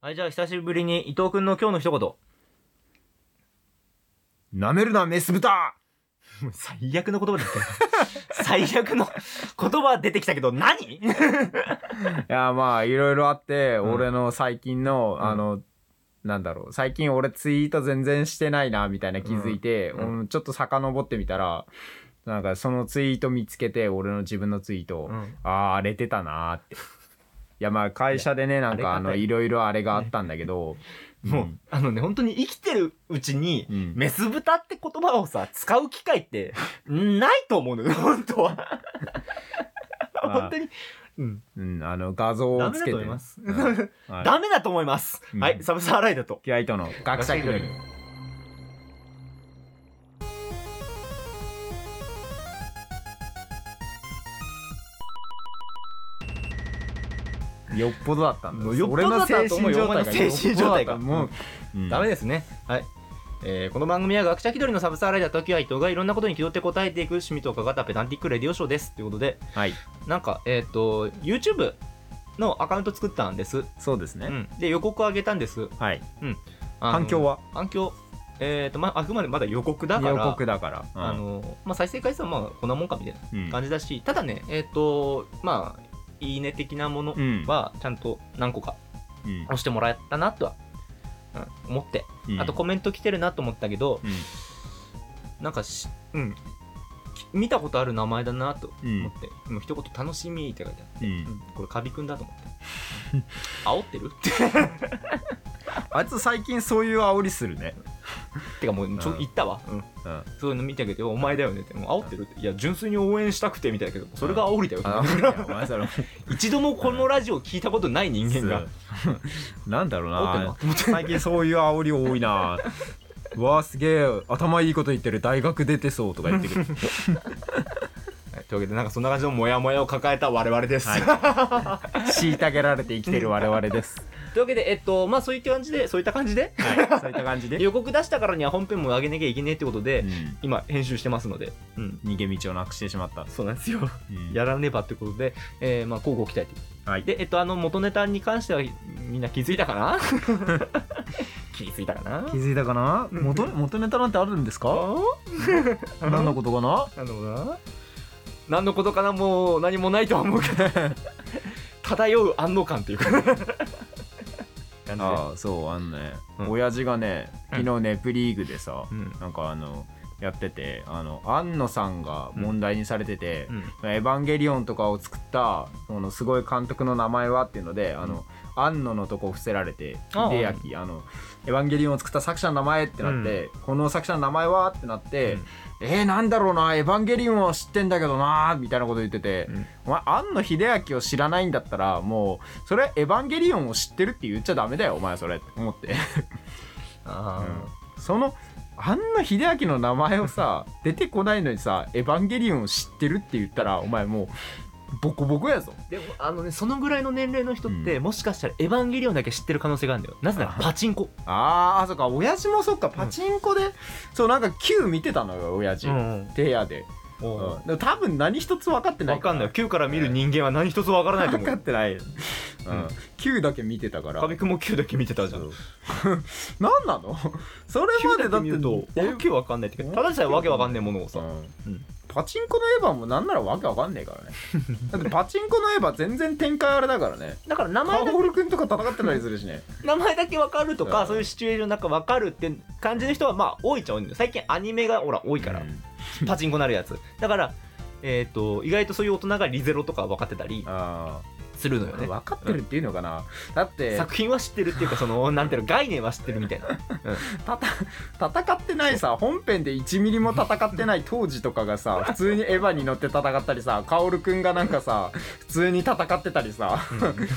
はい、じゃあ久しぶりに伊藤君の今日の一言。舐めるな、メス豚もう最悪の言葉だった。 最悪の言葉出てきたけど何、いや、まあ、いろいろあって、うん俺の最近の、うんあの、なんだろう、最近俺ツイート全然してないな、みたいな気づいて、うんうんちょっと遡ってみたら、なんかそのツイート見つけて、俺の自分のツイート、うんああ、荒れてたなーって。いや、まあ、会社でね、なんか、ああれがの、ねいろいろあれがあったんだけど、もう、んあのね、本当に生きてるうちに、うんメス豚って言葉をさ、使う機会って、ないと思うのよ、 本当は。あ本当に。うん。うん、あの、画像ダをメつだけとて思いね。ます。うんはい ダメだと思います。うんはい、サブサーライだと。キライトの学者気取り。よっぽどだったんだ。よっぽどだったと思うよ俺のお前の精神状態がよっぽどだったもう、ダメだ。ですね。はい。えーこの番組は学者気取りのサブサーライダーときは伊藤がいろんなことに気取って答えていく趣味とか型ペダンティックレディオショーです。ということで、はい、なんか、えっ、と、YouTube のアカウント作ったんです。そうですね。うん。で、予告上げたんです。はい。あの反響は反響。えっ、と、まあくまでまだ予告だから、予告だから。うんあ、の、まあ、再生回数はまあこんなもんかみたいうんな感じだし、ただね、えっ、と、まあ、いいね的なものうんはちゃんと何個かうん押してもらえたなとは、うん思って、うんあとコメント来てるなと思ったけど、うんなんかし、うん、き見たことある名前だなと思って、もう一言「楽しみ」って書いてあうる、うんん、これカビくんだと 思って煽ってるってあいつ最近そういう煽りするね。 てかもうちょうん言ったわ、うん、うんそういうの見たけど「お前だよね」って「もう煽ってる」って「いや純粋に応援したくて」みたいだけどそれが煽りだよ、 あいやお前それ一度もこのラジオ聞いたことない人間がそう なんだろう煽ってんなの。と思って最近そういう煽り多 いなうわあすげえ頭いいこと言ってる大学出てそうとか言ってくはるいというわけでなんかそんな感じのモヤモヤを抱えた我々です、はい 虐げられて生きてる我々ですというわけでえっとまあそういった感じでそういった感じではいそういった感じで、予告出したからには本編も上げなきゃいけねえってことで、うん今編集してますので、うん、逃げ道をなくしてしまった、そうなんですようんやらねばってことで、えー、まあ交互期待というはいでえっとあの元ネタに関してはみんな気づいたか な気づいたかな気づいたかなうん元元ネタなんてあるんですかあ何のことかななんだろうな何のことかなもう何もないとは思うけど漂う安堵 感っていうか感じああそうあのね、うん親父がね昨日ネプリーグでさ、でうんなんかあのやっててあの庵野さんが問題にされてて、うんエヴァンゲリオンとかを作ったそのすごい監督の名前はっていうので、あの庵野のとこ伏せられてああ秀明あのエヴァンゲリオンを作った作者の名前ってなって、この作者の名前はってなって、えー、なんだろうなエヴァンゲリオンは知ってんだけどなみたいなこと言ってて、うんお前庵野秀明を知らないんだったらもうそれエヴァンゲリオンを知ってるって言っちゃダメだよお前それって思って。あそのあんな秀明の名前 をさ出てこないのにさ「エヴァンゲリオン」を知ってるって言ったらお前もうボコボコやぞーでもあのねそのぐらいの年齢の人って、うもしかしたら「エヴァンゲリオン」だけ知ってる可能性があるんだよなぜならパチンコあーあそっか親父もそっかパチンコで、そうなんか Q 見てたのよ親父、うん手屋で,、おううん、でも多分何一つ分かってないわかんないよ9から見る人間は何一つわからないと分思かうってない、うんん Q だけ見てたからカビ君も9だけ見てたじゃんそう 何なのそれま9でだだけっ見てるとわけわかんないってかただでさえわけわかんないものをさうんパチンコのエヴァもなんならわけわかんねえから ねだってパチンコのエヴァ全然展開あれだからねだから名カ前だーボール君とか戦ってたりするしね名前だけわかるとうかんそういうシチュエーションなんかわかるって感じの人はまあ多いっちゃ多いんだよ最近アニメがほら多いから、うんパチンコなるやつだからえっ、と意外とそういう大人がリゼロとか分かってたりあするのよーね分かってるっていうのかな、だって作品は知ってるっていうかそのなんていうの概念は知ってるみたいなたた戦ってないさ本編で1ミリも戦ってない当時とかがさ普通にエヴァに乗って戦ったりさカオル君がなんかさ普通に戦ってたりさ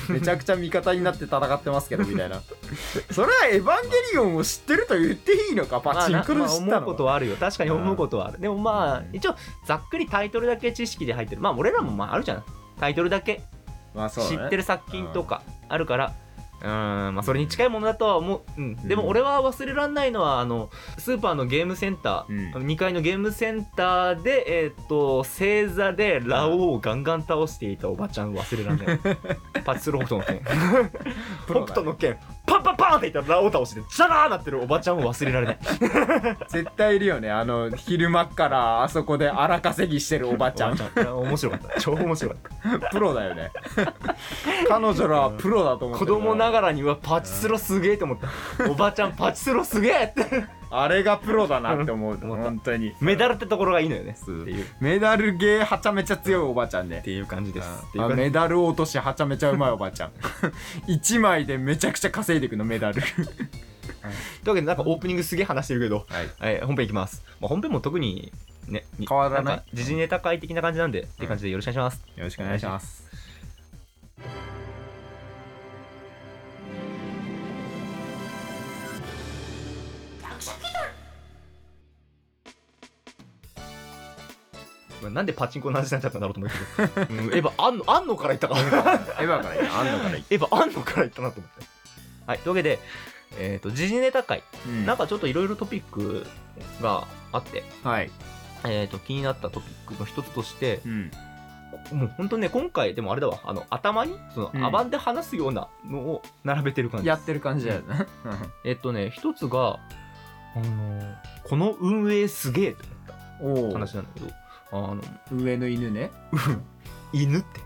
めちゃくちゃ味方になって戦ってますけどみた いなそれは「エヴァンゲリオン」を知ってると言っていいのかパチンコまのあ知っまあ思たうこのとははあるよ確かに思うことはあるでもまあうん一応ざっくりタイトルだけ知識で入ってるまあ俺らもまああるじゃないタイトルだけまあそう知だねってる作品とかあるからうーんまあそれに近いものだとは思う、うん、んでも俺は忘れられないのはあのスーパーのゲームセンター、う2階のゲームセンターでえーっと正座でラオウをガンガン倒 していたおばちゃん忘れられないパチスロ北斗の剣プ北ロだね斗の剣パンパンパンって言ったらラオ倒してジャラーなってるおばちゃんを忘れられない絶対いるよねあの昼間っからあそこで荒稼ぎしてる おばちゃんおばちゃん面白か った超面白かっプロだよね 彼女らはプロだと思たって子る供ながらにはパチスロすげえと思ったおばちゃんパチスロすげえ ってあれがプロだなって思う思った本当にメダルってところがいいのよねってういうっメダルゲーはちゃめちゃ強いおばちゃんねていう感じですっていうあ感じメダル落としはちゃめちゃうまいおばちゃん一枚でめちゃくちゃ稼いでいくのメダとルいうわけでなんかオープニングすげえ話してるけど、はいはい、本編いきます、まあ、本編も特にねに変わらないんか時事ネタ会的な感じなんで、って感じでよろしくお願いしますよろしくお願いしますまあなんでパチンコの話になっちゃったんだろうと思ったけど、うん、エヴァあんのあんのから言ったかエヴァからいいあんのからいい、エヴァあんのから言ったなと思ってはいというわけでえっ、と時事ネタ会うんなんかちょっといろいろトピックがあって、はい、えー、と気になったトピックの一つとしてうん、もう本当ね今回でもあれだわあの頭にその、うんアバンで話すようなのを並べてる感じやってる感じだよねえっとね一つが、あのーこの運営すげえとお お思った話なんだけどあの上の犬ね犬って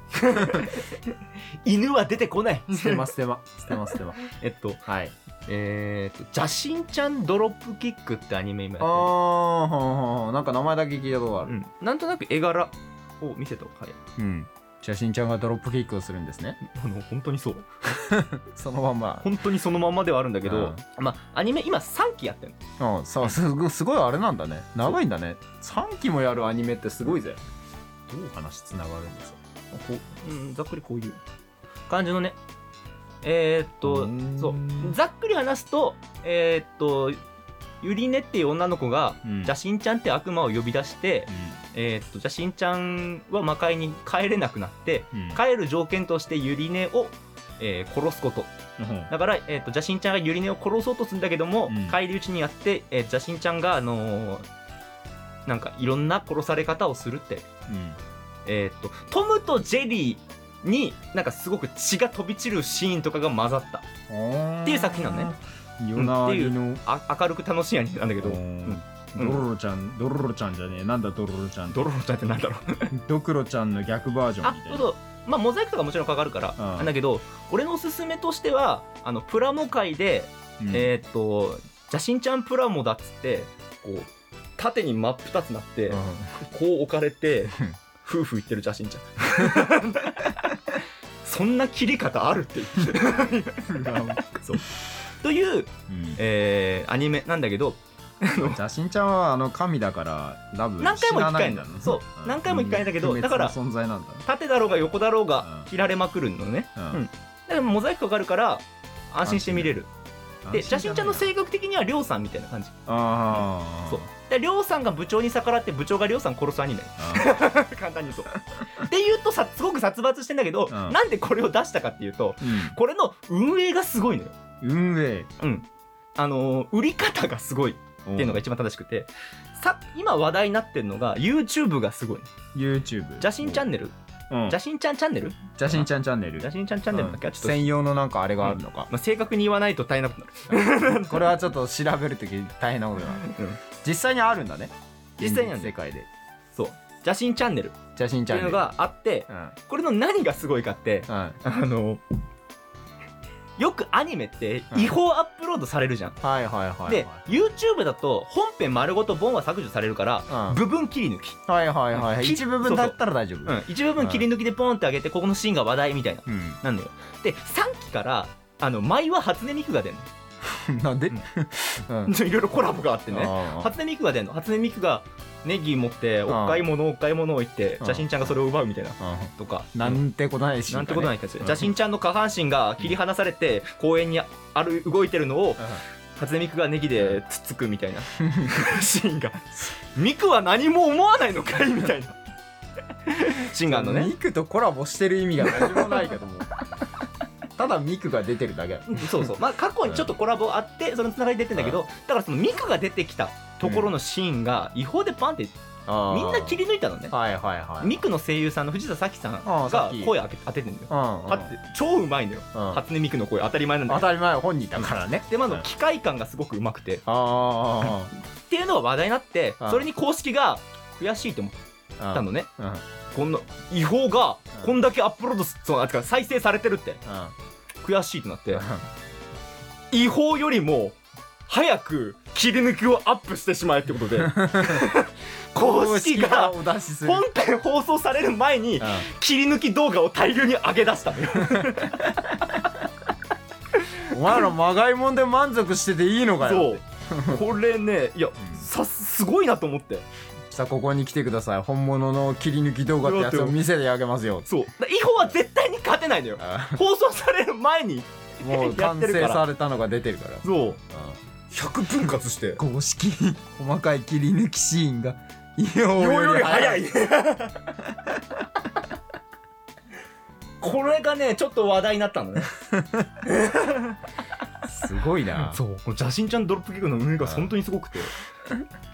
犬は出てこ ない捨てま捨てま捨てま捨てまえっとはいえー、と「邪神ちゃんドロップキック」ってアニメ今 あーやっほんほんほんなんか名前だけ聞いたことがあてる、るうん、なんとなく絵柄を見せたはいうんじゃあしんちゃんがドロップキックをするんですねあの本当にそうそのまんま本当にそのまんまではあるんだけど、まあアニメ今3期やってるうんさすすごいあれなんだね長いんだね3期もやるアニメってすごいぜどう話つながるんですかこう、うん、ざっくりこういう感じのねえー、っとそうざっくり話すとえー、っとゆりねっていう女の子がうん邪神ちゃんって悪魔を呼び出して、えー、っと邪神ちゃんは魔界に帰れなくなってうんうん帰る条件としてゆりねを、えー殺すことうんだから、えー、と邪神ちゃんがゆりねを殺そうとするんだけども、うん返り討ちにやって、えー邪神ちゃんが、あのーなんかいろんな殺され方をするって、うんえー、とトムとジェリーになんかすごく血が飛び散るシーンとかが混ざったっていう作品なのね夜なりのあ明るく楽しいアニメなんだけど、ううんんうドんロロちゃんドロロちゃんじゃねえなんだドロロちゃんドロロちゃんってなんだろうドクロちゃんの逆バージョンあみたいそなうそうまあモザイクとかもちろんかかるから、うんなんだけど俺のおすすめとしてはあのプラモ界でうんえーっと邪神ちゃんプラモだっつってこう縦に真っ二つなって、うんこう置かれて夫婦言ってる邪神ちゃん そんな切り方あるって言って そうという、うんえーアニメなんだけどじゃあしんちゃんはあの神だから多分何回も知ら一な回いんなだのねそう何回も一回だけどうんだから不滅の存在なんだね縦だろうが横だろうがうん切られまくるのね、うんうんだからモザイクかかるから安心して見れるで安邪心じ神ゃちゃんないの性格的にはりょうさんみたいな感じああそうでりょうさんが部長に逆らって部長がりょうさん殺すアニ メ簡単にそうっていうとさすごく殺伐してんだけど、んなんでこれを出したかっていうとこれの運営がすごいのようん 運営うん、あのー売り方がすごいっっていうのが一番正しくてさ今話題になってるのが YouTube がすごい YouTube 邪神チャンネルうん邪神ちゃんチャンネル邪神ちゃんチャンネル邪神ちゃんチャンネルだっけはうんちょっと、専用のなんかあれがある のかまあ、正確に言わないと大変なことになる、これはちょっと調べるとき大変なことだな実際にあるんだね実際にあるんだ現実世界でそう邪神チャンネルっ邪神てチャンいうネのルがあってうんこれの何がすごいかってうんはいあのーよくアニメって違法アップロードされるじゃん、はいはいはいで YouTube だと本編丸ごとボンは削除されるからうんはい部分切り抜き、はいはいはいき一部分だったら大丈夫うん、一部分切り抜きでポンって上げてここのシーンが話題みたいなうなんだよ。で、3期から、あの、毎は初音ミクが出んの。ん なんでうんうん いろいろコラボがあってね。あー初音ミクが出んの。初音ミクがネギ持って、おっかいもの、おっかいものを言って、うん邪神ちゃんがそれを奪うみたいな。うとか。んなんてことないうんしなんてことないですうん邪神ちゃんの下半身が切り離されて、公園にある動いてるのを、初音ミクがネギでつっつくみた いなシーンが。ミクは何も思わないのかいみた いな。シーンがあるのねミ。クとコラボしてる意味が何もないけども ただミクが出てるだけだうんそうそうまあ過去にちょっとコラボあってそのつながり出てんだけどだからそのミクが出てきたところのシーンが違法でパンってあーみんな切り抜いたのねはいはいはいミクの声優さんの藤田咲さんあーさがっき声当て当ててんのようんうんあって超うまいのようん初音ミクの声当たり前なんだ当けどたり前本人だからねでまああうんの機械感がすごくうまくてっあていうのが話題になってうんそれに公式が悔しいと思っあたのねうんうんこんな違法がうんこんだけアップロードすそうあてか再生されてるって悔しいとなって違法よりも早く切り抜きをアップしてしまえってこと で公式がお出しする本編放送される前に切り抜き動画を大量に上げ出したのようんお前らまがいもんで満足してていいのかよそうこれねいやんさすごいなと思ってさあここに来てください本物の切り抜き動画ってやつを見せてあげますよそうだ違法は絶対に勝てないのよあ放送される前にーもうやっ完てるか成らされたのが出てるからそうう100分割してん公式に細かい切り抜きシーンがよよより早い これがねちょっと話題になった のねすごいなそうこの邪神ちゃんドロップキックの運営が本当にすごくて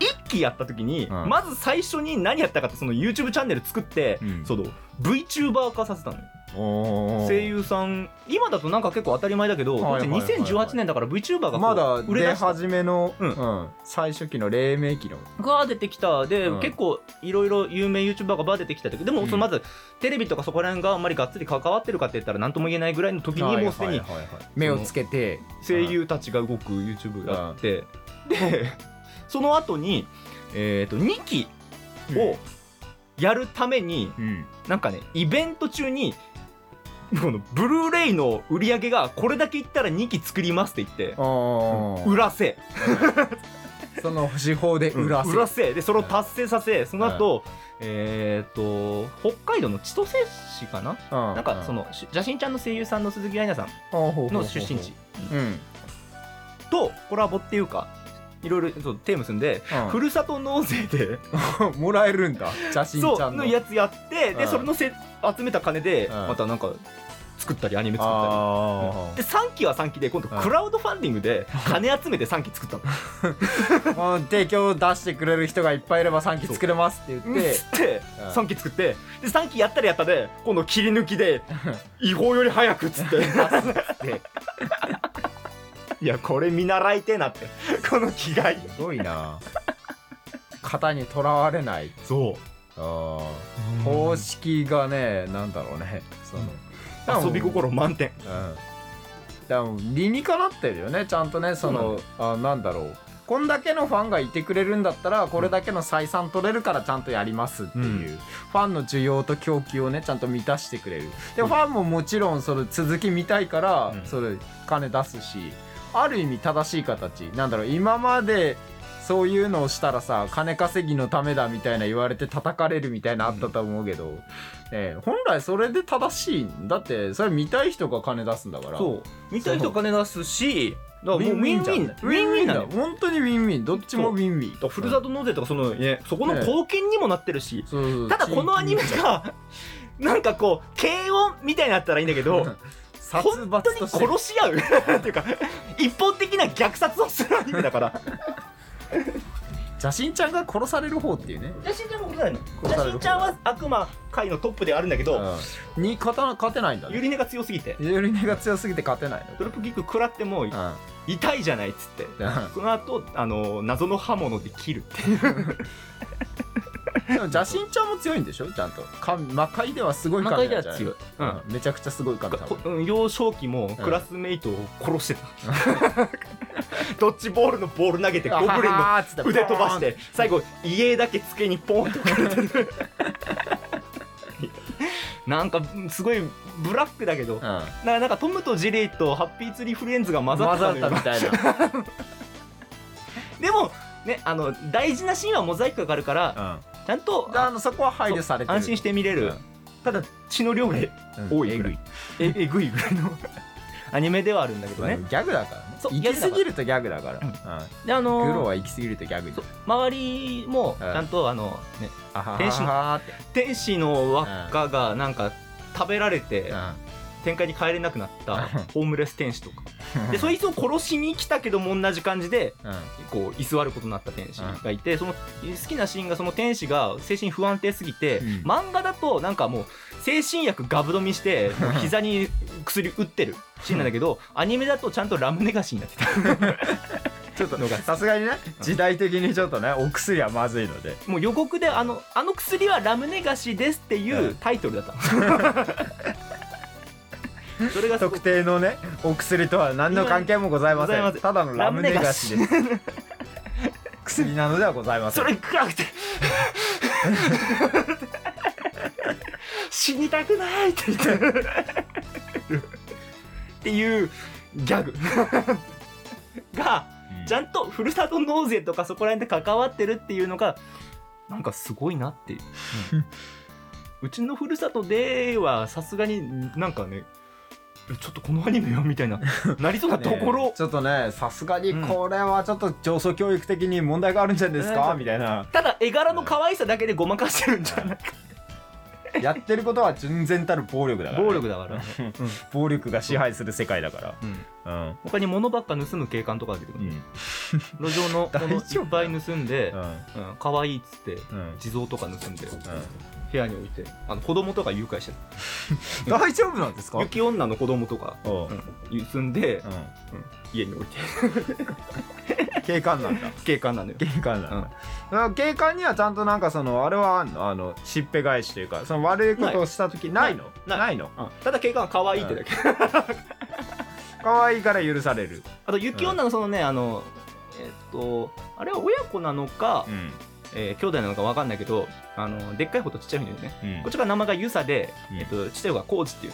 一期やった時に、うんまず最初に何やったかってその YouTube チャンネル作って、うんその VTuber 化させたのよおー声優さん今だとなんか結構当たり前だけど、はいはいはいはい当時2018年だから VTuber がこうまだ売れ出出した始めの、うんうん最初期の黎明期のが出てきたで、うん結構いろいろ有名 YouTuber がバー出てきた時でも、うんそのまずテレビとかそこら辺があんまりがっつり関わってるかって言ったら何とも言えないぐらいの時にもうすでにはいはいはい目をつけて声優たちが動く YouTube やって、でその後にえっ、と2期をやるために、うんなんかねイベント中にこのブルーレイの売り上げがこれだけいったら2期作りますって言ってあー売らせその手法で裏せ、うん裏せでそれを達成させその後、えっ、と北海道の千歳市かな、うなんかそのし邪神ちゃんの声優さんの鈴木愛菜さんの出身地うん、うんとコラボっていうかいろいろそうテーマすんで、ふるさと納税でうん もらえるんだ写真ちそゃうんののやつやってで、うんそれのせ集めた金で、うんまたなんか作ったりアニメ作ったありで3期は3期で今度うんクラウドファンディングで金集めて3期作ったの。ーもう提供出してくれる人がいっぱいいれば3期作れますって言っでてってうん3期作ってで3期やったらやったで今度切り抜き で違法より早くっつってで いやこれ見習いてえなってこの気概すごいな 型にとらわれないそうあー方式がねなんだろうねその遊び心満点うんでも理にかなってるよねちゃんとねそのあなんだろうこんだけのファンがいてくれるんだったらこれだけの採算取れるからちゃんとやりますっていう、うんファンの需要と供給をねちゃんと満たしてくれるで、ファンももちろんその続き見たいから、うんそれ金出すしある意味正しい形なんだろう今までそういうのをしたらさ金稼ぎのためだみたいな言われて叩かれるみたいなあったと思うけど、ええ本来それで正しいんだってそれ見たい人が金出すんだからそう見たい人金出すしだからウもうィウンウィィンンウじゃんィンウィンウィンなのよだか本当にウィンウィンどっちもウィンウィンらふるさと納税とかそのねそこの貢献にもなってるしそうそうただこのアニメ地がなんかこう軽音みたいになったらいいんだけ域にど殺本当伐にとして 殺し合うっていうか一方的な虐殺をするアニメだから邪神ちゃんが殺される方っていうね邪神ちゃんも殺されるの殺さ邪れる神ちゃんは悪魔界のトップではあるんだけど、うんに勝たな勝てないんだゆねり根が強すぎてゆり根が強すぎて勝てないドロップキック食らってものうん痛いじゃないっつってでその後あの謎の刃物で切るっても邪神ちゃんも強いんでしょちゃんとか魔界ではすごい神なんじゃないい、うんうんめちゃくちゃすごい神様こうん幼少期もクラスメイトを殺してた、 ドッジボールのボール投げてゴブリンのあははーっつって腕飛ばして最後家だけ机にポーンと置かれ てるなんかすごいブラックだけどポーンうんななんかトムとジェリーとハッピーツリーフレンズが混混ざってたざっのたよみたいなでもねあの大事なシーンはモザイクかかるからちゃんとであのそこは配慮されてる安心して見れる、うんただ血の量がうん多いぐらいええぐいぐらいのアニメではあるんだけどねね、ギャグだからねそう行き過ぎるとギャグだからギャうんであグロのーは行き過ぎるとギャグに周りもちゃんとあの、ね、あはは天使のははーって天使の輪っかがなんか食べられて、うん展開に帰れなくな ったホームレス天使とかでそいつを殺しに来たけども同じ感じでうんこう居座ることになった天使がいて、その好きなシーンがその天使が精神不安定すぎて、うん漫画だとなんかもう精神薬ガブ飲み してもう膝に薬打ってるシーンなんだけどアニメだとちゃんとラムネ菓子になってた ちょっとのがさすがにね時代的にちょっとねお薬はまずいのでもう予告であの「あの薬はラムネ菓子です」っていうタイトルだったの それがすご特く定のねお薬とは何の関係もございませございまんせんただのラムネ菓子です薬なのではございませそんれ暗くて死にたくないって言ってっていうギャグがちゃんとふるさと納税とかそこら辺で関わってるっていうのがなんかすごいなっていう、うちのふるさとではさすがになんかねえちょっとこのアニメよみたいななりそうなとこ ろ、ねちょっとねさすがにこれはちょっと上層教育的に問題があるんじゃないですか、うんみたいなただ絵柄の可愛さだけでごまかしてるんじゃないか、 やってることは純然たる暴力だからね、暴力だから、暴力が支配する世界だかうんらうん他に物ばっか盗む警官とか出てくうる、ん路上の大丈夫物いっぱい盗んでう、んうん、可愛いっつってうん地蔵とか盗んで部屋に置いてあの子供とか誘拐してる大丈夫なんですか雪女の子供とか、おううん、盗んで、うん家に置いて警官なんだ警官なのよ 警官なんだだから警官にはちゃんとなんかそのあれはあんのあのしっぺ返しというかその悪いことをした時なないいのないないのただ警官は可愛いってだけ、可愛いから許されるあと雪女のそのねあのえっとあれは親子なのか、んえー兄弟なのか分かんないけどあのでっかい方とちっちゃい方いるよねうんこっちが名前がユサで、うんえっと、ちっちゃい方がコウジっていう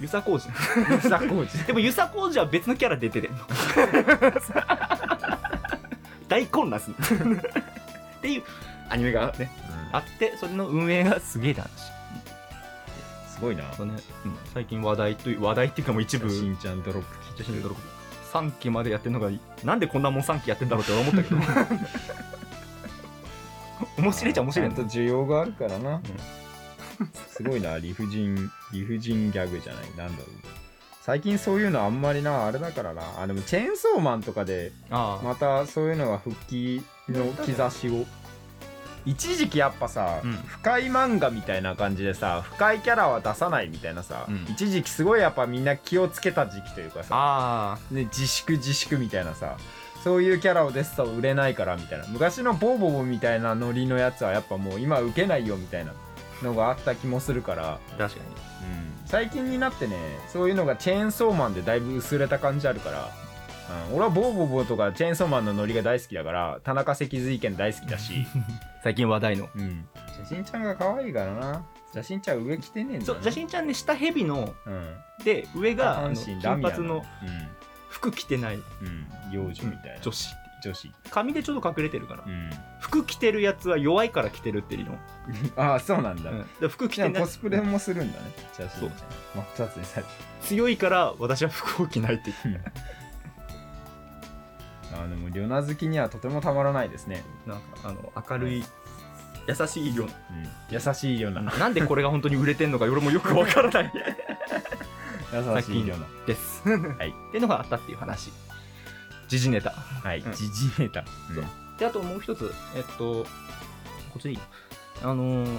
ユサコウジ うんさ工事でもユサコウジは別のキャラ出てて 大混乱するっていうアニメがねあってそれの運営がすげえな話すごいなだね、うん、最近話題という話題っていうかもう一部しんちゃんドロップ聞いてる3期までやってるのがなんでこんなもん3期やってんだろうって俺思ったけど 面白いっちゃ面白いちねゃんと需要があるからな、すごいな理不尽理不尽ギャグじゃないなんだろう最近そういうのあんまりなあれだからなあでもチェーンソーマンとかでああ、またそういうのが復帰の兆しを一時期やっぱさ、うん不快漫画みたいな感じでさ不快キャラは出さないみたいなさ、うん一時期すごいやっぱみんな気をつけた時期というかさあね、自粛自粛みたいなさそういうキャラを出すと売れないからみたいな昔のボーボボみたいなノリのやつはやっぱもう今受けないよみたいなのがあった気もするから、あ確かに最近になってねそういうのがチェーンソーマンでだいぶ薄れた感じあるから、うん、俺はボーボボとかチェーンソーマンのノリが大好きだから田中赤髄剣大好き だし、最近話題のうん、写真ちゃんが可愛いからな写真ちゃん上着てねえんだそうな写真ちゃんね下蛇のうんで上下があ半の身金ラミヤ髪の服着てないうん、うん、幼女みたいな女子女子髪でちょっと隠れてるからうん服着てるやつは弱いから着てるって理論、ああそうなんうだ、ん、だから服着じてゃあないコスプレもするんだねじゃあそうしんちゃん真っ二つにされて強いから私は服を着ないって言ってあでもリョナ好きにはとてもたまらないですね、なんかあの明るい優しいよ優しいリョナなんでこれが本当に売れてんのか俺もよくわから ない優しいリョナです。はいっていうのがあったっていう話。時事ネタ。はいうんジジネタそうであともう一つ、えっと、こっちでいいのあのー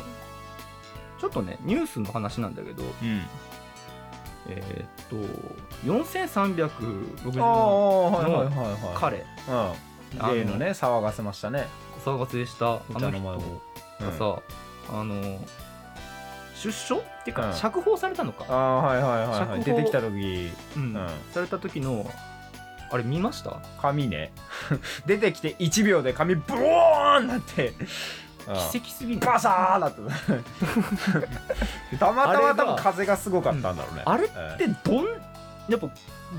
ちょっとね、ニュースの話なんだけど、うん、うん、えっと、4360あのあはいはいはいはい彼、彼うん例のね騒がせましたねお騒がせしたあお茶のの人間がをうんさ、あのー出所っていううんか、釈放されたのあか、あはいはいはいは釈い出放てきた時うんうんされた時の、あれ見ました髪ね 出てきて1秒で髪ブローンなって奇跡すぎるバサーだったたまたま多分風がすごかったんだろうねあれっうんてどんやっぱ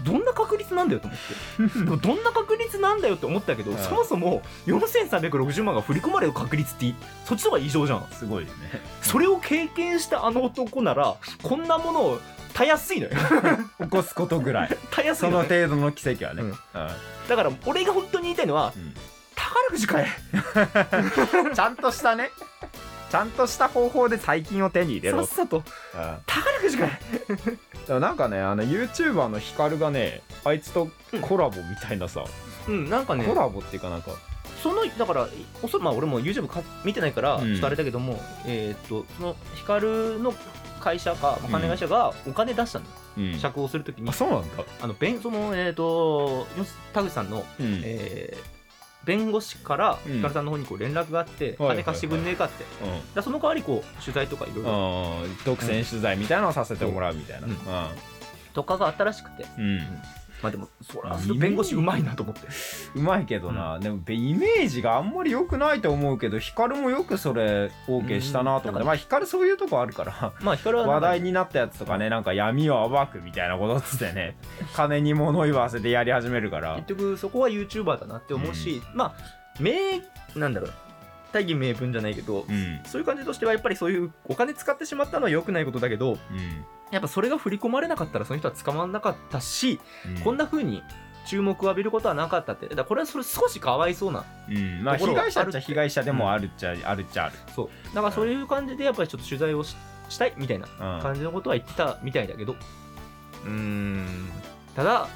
どんな確率なんだよと思ってでもどんな確率なんだよって思ったけど、うんそもそも4360万が振り込まれる確率ってそっちの方が異常じゃんすごいよねそれを経験したあの男ならこんなものをたやすいのよ 起こすことぐらいたやすい そののよ程度の奇跡はね、うんうんだから俺が本当に言いたいのは宝くじ買え ちゃんとしたねちゃんとした方法で細菌を手に入れさろっさとうん宝くじかいでもなんかねあの YouTuber のヒカルがねあいつとコラボみたいなさ、うんなんかねコラボっていうかなんかそのだからおそまあ俺も YouTube か見てないからうちんょっとあれだけども、えーっとそのヒカルの会社かお金会社がお金出したの、うん釈放するときにあそうなんだ、あの弁そのえーっとよし田口さんの、うんえー弁護士からうんヒカルさんの方にこう連絡があって、はいはいはい金貸してくんねえかって、うんだからその代わりこう取材とかいろいろうん独占取材みたいなのをさせてもらうみたいなうんとかがあったらしくてうん、うんまあでもそら耳弁護士うまいなと思ってうまいけどな、でもべイメージがあんまり良くないと思うけどヒカルもよくそれ OK したなと思って、うんまあヒカルそういうとこあるからまあヒカルは話題にになったやつとかねなんか闇を暴くみたいなことっつっ てね金に物言わせてやり始めるから結局そこは YouTuber だなって思うし、まあ名なんだろう大義名分じゃないけど、うんそういう感じとしてはやっぱりそういうお金使ってしまったのは良くないことだけどやっぱそれが振り込まれなかったらその人は捕まらなかったし、うんこんな風に注目を浴びることはなかったってだからこれはそれ少しかわいそうなうん、まあところ被は害者っちあるゃって被害者でもあるっちゃ、あるっちゃある、そうだからそういう感じでやっぱりちょっと取材をししたいみたいなうん感じのことは言ってたみたいだけどうーんただ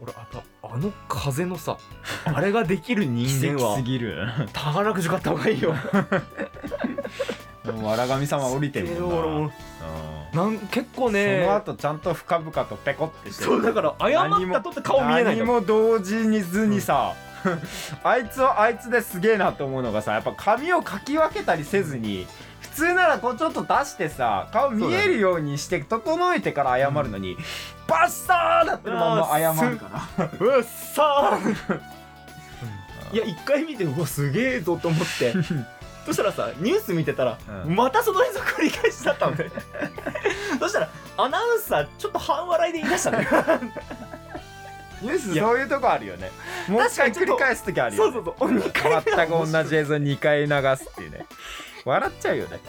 俺やっぱあの風の さあれができる人奇間跡はすぎる 宝くじ買った方がいいよもう荒神様降りて るもんな、俺うんもなん結構ねその後ちゃんと深々とペコってしてるそうだから謝何ったもとって顔見えない何のも同時にずにさ、 あいつはあいつですげえなと思うのがさやっぱ髪をかき分けたりせずに普通ならこうちょっと出してさ顔見えるようにして整えてから謝るのに、バッサーだってるまんま謝るからうわっさーいや一回見てうわすげえぞと思って そしたらさニュース見てたら、うんまたその映像繰り返しだ ったんでそしたらアナウンサーちょっと半笑いで言い出したのよ ニュースいや そういうとこあるよねもう一回繰り返す時あるそようねそうそう2回目全く同じ映像2回流すっていう ね笑っちゃうよね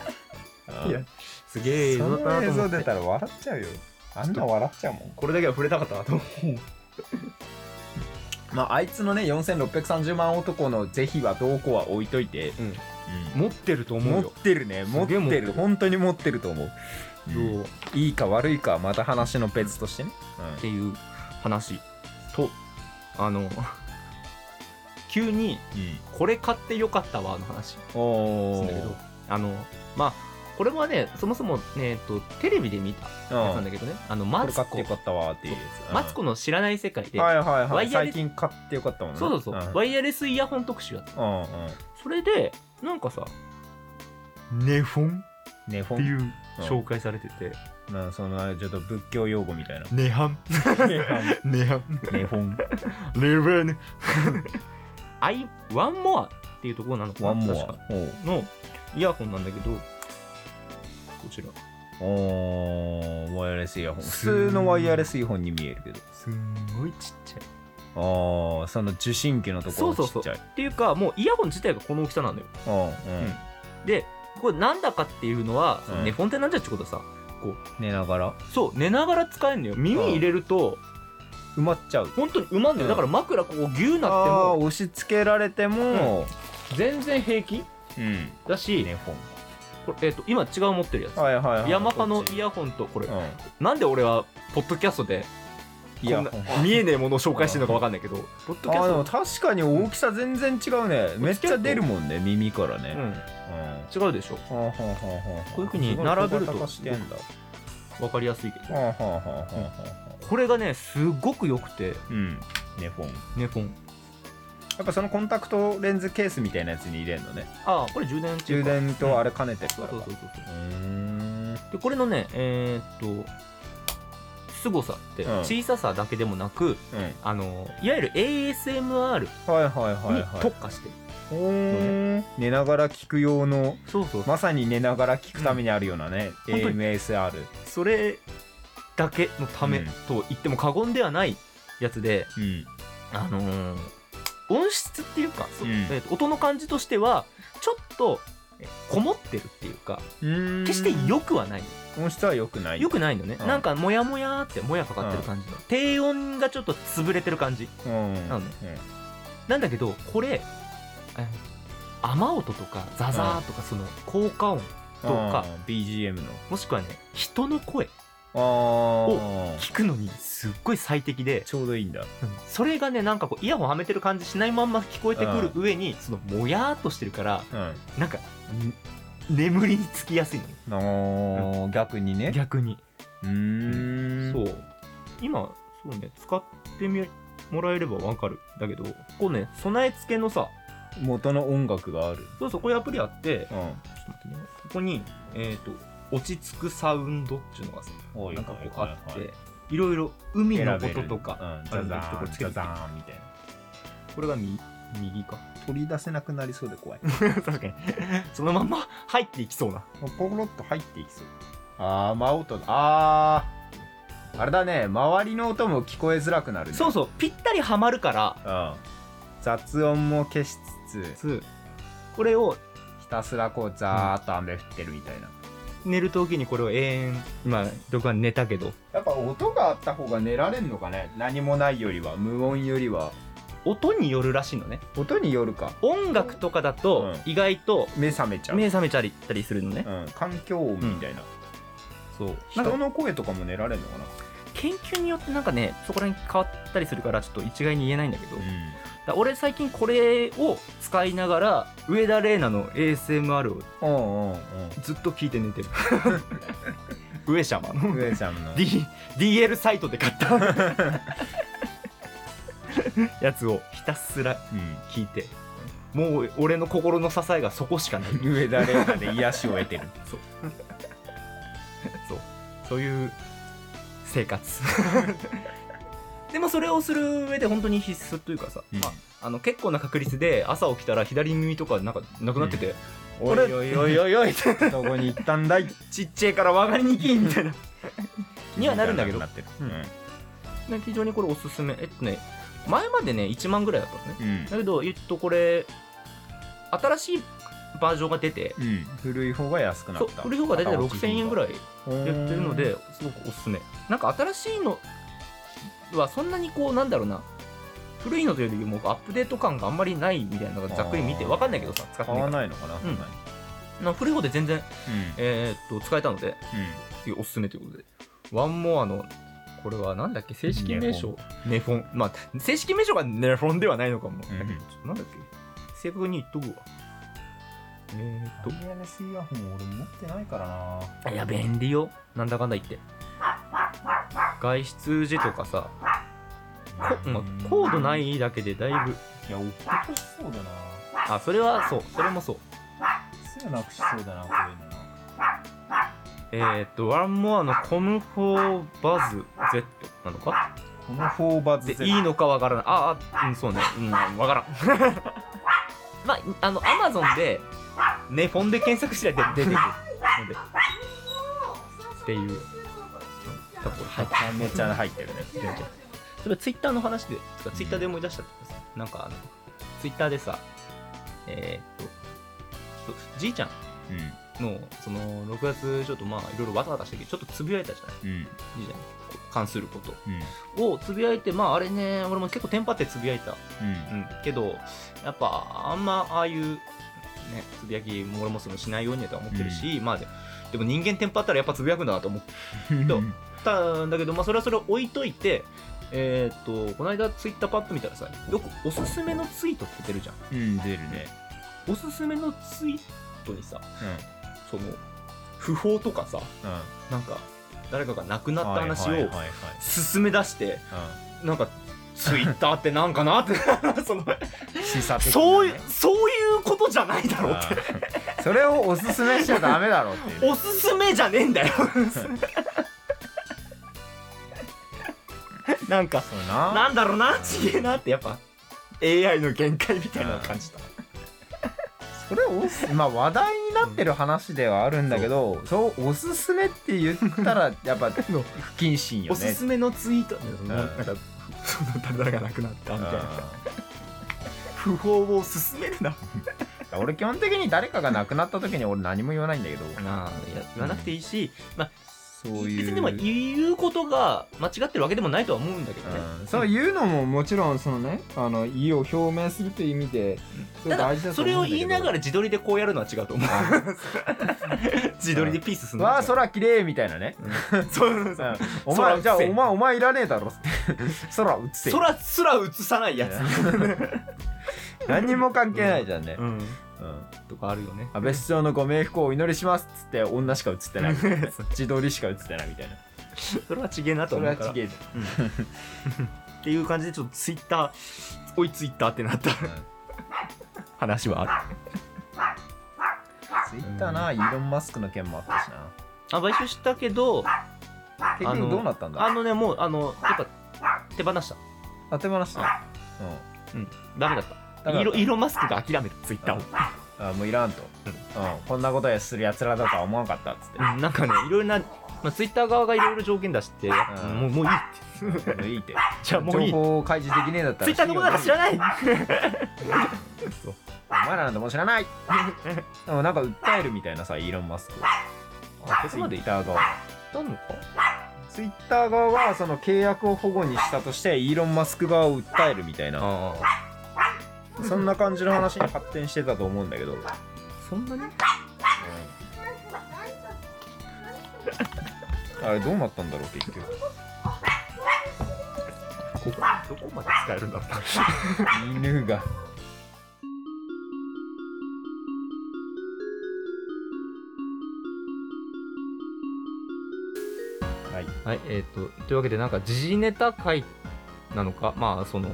いやすげえ映そ像だのなと映思像っ出てたら笑っちゃうよあんな笑っちゃうもんこれだけは触れたかったなと思うまああいつのね4630万男の是非はどうこうは置いといて、うんも持ってると思持うっよてるね持っすげえて持ってるる本当に持ってると思う、そうっいいか悪いかはまた話の別としてね、ていう話とあの 急にこれ買ってよかったわの話うん、すおるんおだけどあのまあこれはねそもそも、ねえっとテレビで見たやつなんだけどね、あのこマれツ買ってコよかったわーっていうやつ、うんマツコの知らない世界で、はいはいはワいイヤレ最ス近買ってよかったもんねそうそうそう、んワイヤレスイヤホン特集やったうんうんそれでなんかさネフォンねほってん、いううん紹介されてて、まあ、そのちょっと仏教用語みた いなネハンねネハンほんネフ ンアイワンモアっていうところなのかなワンモ確かアおうのイヤホンなんだけどこちらおーワイヤレスイヤホン普通のワイヤレスイヤホンに見えるけどすんごいちっちゃいああその受信機のところちっちそゃいうそうそっていうかもうイヤホン自体がこの大きさなんだようんうんでこれなんだかっていうのは、そのうん寝フォンってなんじゃってことはさ寝ながらそう寝ながら使えるのよ耳入れると埋まっちゃう本当にうまんだよ、うんだから枕ここギューなってあーも押し付けられても全然平気うんだし、ネフこれえっと今違う持ってるやつ、ォンはいはいはいヤマハのイヤヤホンとこれ、うんなんで俺はポッドキャストでイヤこんホンな見えねえものを紹介してるのかわかんないけど、ポッドキあャーでもスト確かに大きさ全然違うねめっちゃ出るもんね耳からねうんうん違うでしょはあはあはあはこあういう風に並べるとすごい小型化してんだはわかりやすいけどあはあはあはあはあこれがねすごく良くてうんネフォンネフォンやっぱそのコンタクトレンズケースみたいなやつに入れるのねああこれ充電ってい充うか電とあれ兼ねてるかそうらそうかそうそううーんでこれのねえーっと凄さってうん小ささだけでもなく、うんあのいわゆる ASMR にはいはいはいはい特化してる、おー寝ながら聞く用のそうそうまさに寝ながら聞くためにあるようなね、うん本当に AMSR それだけのためうんと言っても過言ではないやつで、うんあのー音質っていうか、そうんえーと音の感じとしてはちょっとえこもってるっていうか決して良くはない音質は良くない良くないのね、うんなんかモヤモヤってもやかかってる感じの、低音がちょっと潰れてる感じうんなのねなんだけどこれあ雨音とかザザーとかその効果音とか、うん BGM のもしくはね人の声あ聞くのにすっごい最適でちょうどいいんだそれがねなんかこうイヤホンはめてる感じしないまんま聞こえてくる上にそのもやーっとしてるからうんなんかん眠りにつきやすいのねあー逆にね逆にうーんそう今そうね使ってみもらえればわかるだけどこうね備え付けのさ元の音楽があるそうそうこういうアプリあってちょうっと待ってねここにえっ、と落ち着くサウンドっていうのがさんなんかこうはいあっはいはいていろいろ海の選べ音るとかうんザザあるんだけどこーれンつけてザザーンみたいなこれが右右か取り出せなくなりそうで 怖い 確 かにそのまんま入っていきそうなポロッと入っていきそうあー真音だあーあれだね周りの音も聞こえづらくなるねそうそうぴったりはまるからうん雑音も消しつつつこれをひたすらこうザーッと雨降ってるみたいな、寝る時にこれを永遠今僕は寝たけどやっぱ音があった方が寝られんのかね何もないよりは無音よりは音によるらしいのね音によるか音楽とかだとうん意外と目覚めちゃう、目覚めちゃったりするのね、うん、環境音みたいな、そうなん人かの声とかも寝られんのかな研究によってなんかねそこら辺変わったりするからちょっと一概に言えないんだけど、だから俺最近これを使いながら上田玲奈の ASMR をうんうんうんずっと聞いて寝てる 上様の上ちゃんの D DL サイトで買った やつをひたすら聞いてもう俺の心の支えがそこしかないうん、上田玲奈で癒しを得てるそうそうそういう生活 でもそれをする上で本当に必須というかさ、うんまあ、あの結構な確率で朝起きたら左耳とかなんかなくなってて、おいれおいおいおいおいどこに行ったんだいちっちゃいから分かりにきいみたい なにはなるんだけどなってるうんね非常にこれおすすめえっとね前までね1万ぐらいだったのねうんだけど、えっと、これ、新しいバージョンが出て、うん古い方が安くなそっう、たフル評価大体6000円ぐらいいやってるのですごくおすすめ。なんか新しいのは、そんなにこう、なんだろうな、古いのというよりもアップデート感があんまりないみたいなのがざっくり見て、あーわかんないけどさ、使って買みわたら。ないのかな、んな古い方で全然、えーっと、使えたので、うおすすめということで。ワンモアの、これはなんだっけ正式名称ネフォン。まあ、正式名称がネフォンではないのかも。んだけどちょっとなんだっけ正確に言っとくわ。えーっとん。ワイヤレスイヤホン俺持ってないからな。。いや、便利よ。なんだかんだ言って。外出時とかさ、こまあ、コードないいいだけでだいぶ。や、落っことしそうだな。あ、それはそう。それもそう。すぐなくしそうだな、こういうのな。えーっと、ワンモアのコムフォーバズ Z なのかこのフォーバズでゼロいいのかわからないああ、うん、そうねうんわからん まああのアマゾンでねフォンで検索したら出出てくるのでっていう多分はいあめっちゃ入ってるね。出てくるそれツイッターの話でつかツイッターで思い出したんだけどさなんかあのツイッターでさえーっとちょっとじいちゃんのその6月ちょっとまあいろいろわたわたしたけどちょっとつぶやいたじゃないうん。うん。じいちゃんに関することうん。をつぶやいてまああれね俺も結構テンパってつぶやいたうん。うん、けどやっぱあんまああいう、ね、つぶやきもろもそもしないようにとは思ってるし、まあででも人間テンパったらやっぱつぶやくんだなと思どうったんだけど、まあ、それはそれを置いといてえーっとこの間ツイッターパッと見たらさよくおすすめのツイートって出るじゃんうん、出るね。おすすめのツイートにさその不法とかさうん。うん。なんか誰かが亡くなった話はいをはいはい勧め出してはいなんかツイッターってなんかなっ てそのうん。示唆的なねそういうそういうことじゃないだろうってうんそれをおすすめしちゃダメだろっていうね。おすすめじゃねえんだよ なんかそうな。なんだろうなちげえなってやっぱ AI の限界みたいなのを感じたそれおすまあ話題になってる話ではあるんだけど、そうおすすめって言ったら やっぱ不謹慎よねおすすめのツイートんなんかその誰々が亡くなったみたいなう不法を勧めるなん俺基本的に誰かが亡くなった時に俺何も言わないんだけどあいや言わなくていいし、まあそういう別にでも言うことが間違ってるわけでもないとは思うんだけどね、うんそういうのももちろんそのねあの意を表明するという意味でそれただ大事だとそ思れうんをだけど言いながら自撮りでこうやるのは違うと 思う自撮りでピースするのわはあ違う空綺麗みたいなね、そうそううそんう、お空う前っじゃあせえお前お前いらねえだろって 空うっせえ空すら映さないやつ、何にも関係ないじゃんね、うん、うんとかあるよね安倍首相のご冥福をお祈りしますっつって女しか映ってない自撮りしか映ってないみたいなそれはちげえなと そ思れはうからちげえっていう感じでちょっとツイッターおいツイッターってなった話はあるツイッターなイーロン・マスクの件もあったしなあ買収したけど結局どうなったんだあのねもうあのやっぱ手放した当て放したダメだっうたんだイーロンイかーロンマスクが諦めたツイッターをらあもういらんと、うんうんこんなことするやつらだとは思わなかったっつってうんなんかねいろいろな、まあ、ツイッター側がいろいろ条件出して、んもうもういいってもういいってじゃあ もういい情報を開示できねえだったらツイッターのことなんか知らないそうお前らなんてもう知らない でもなんか訴えるみたいなさイーロン・マスクあツそこイまでッ行っター側たのかツイッター側はその契約を保護にしたとしてイーロン・マスク側を訴えるみたいなあそんな感じの話に発展してたと思うんだけど、あそんなにあれどうなったんだろう結局ここどこまで使えるんだろうな犬がはいはい、えっ、と、というわけで、なんか時事ネタ会なのか、まあ、その、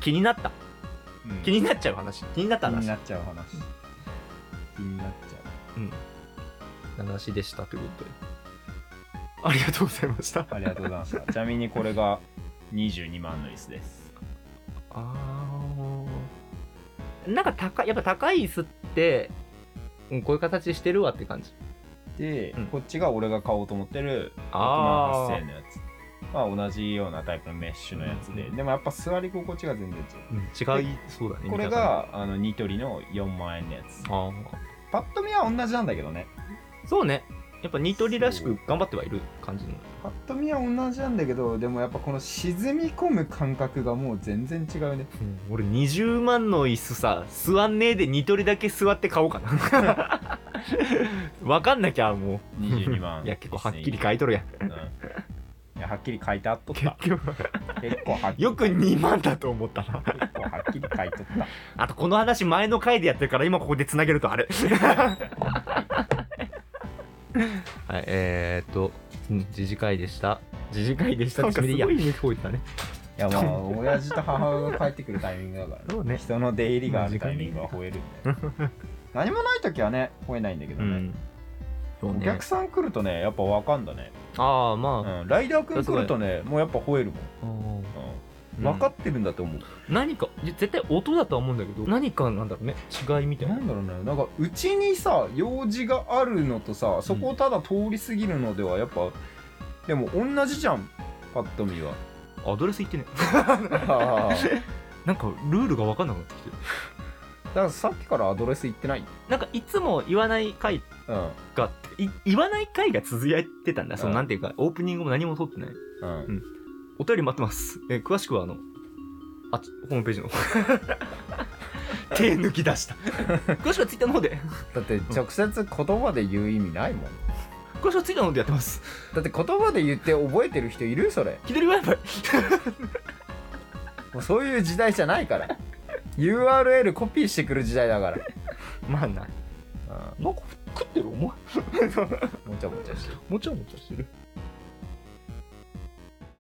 気になった。気になっちゃう話。気になった気に話。なっちゃう話気になっちゃ話でしたということで。ありがとうございました。うありがとうございま したちなみにこれが22万の椅子ですあーなんか高い、やっぱ高い椅子って、うんこういう形してるわって感じ。で、うんこっちが俺が買おうと思ってる6万あー8000円のやつまあ同じようなタイプのメッシュのやつで、うんでもやっぱ座り心地が全然違違い、そうだね。うこれ見た感があのニトリの4万円のやつじ、あパッと見は同じなんだけどねーそうね。やっぱニトリらしく頑張ってはいる感じの。パッと見は同じなんだけどでもやっぱこの沈み込む感覚がもう全然違うねうん俺20万の椅子さ座んねえでニトリだけ座って買おうかなわかんなきゃも22万う いや結構はっきり書いとるやんうんいやはっきり書いてあっとっ結た局結構はっきりよく2万だと思ったな結構はっきり書いとっ あとこの話前の回でやってるから今ここでつなげるとあれはいえー、っとうん自治会でした自治会でしたなんかいすやごい聞こえたねたいやまあ親父と母親が帰ってくるタイミングだからそうね人の出入りがあるタイミングは吠え るんだよ何もない時はね吠えないんだけどうね、んそうおね客さん来るとねやっぱ分かんだね、ああうまん、ライダーくん来るとねもうやっぱ吠えるもあ、ん、ううんん、分かってるんだと思う、何かいや絶対音だとは思うんだけど何かなんだろうね違いみたいななんだろうねなんかうちにさ用事があるのとさそこをただ通り過ぎるのではやっぱ、でも同じじゃんパッと見はアドレス言ってねあーなんかルールが分かんなくなってきてるだからさっきからアドレス言ってないなんかいつも言わない回うんうんがあってい言わない回が続いてたんだそうんのなんていうかオープニングも何も撮ってないお便り待ってますえー詳しくはあのあっちホームペー ジの手抜き出した詳しくはツイッターの方でだって直接言葉で言う意味ないもん詳しくはツイッターの方でやってますだって言葉で言って覚えてる人いるそれ気取り Wi-Fi もうそういう時代じゃないから URL コピーしてくる時代だから、 まあなうなんか食ってるお前 ん、もちゃもちゃしてもちゃもちゃしてる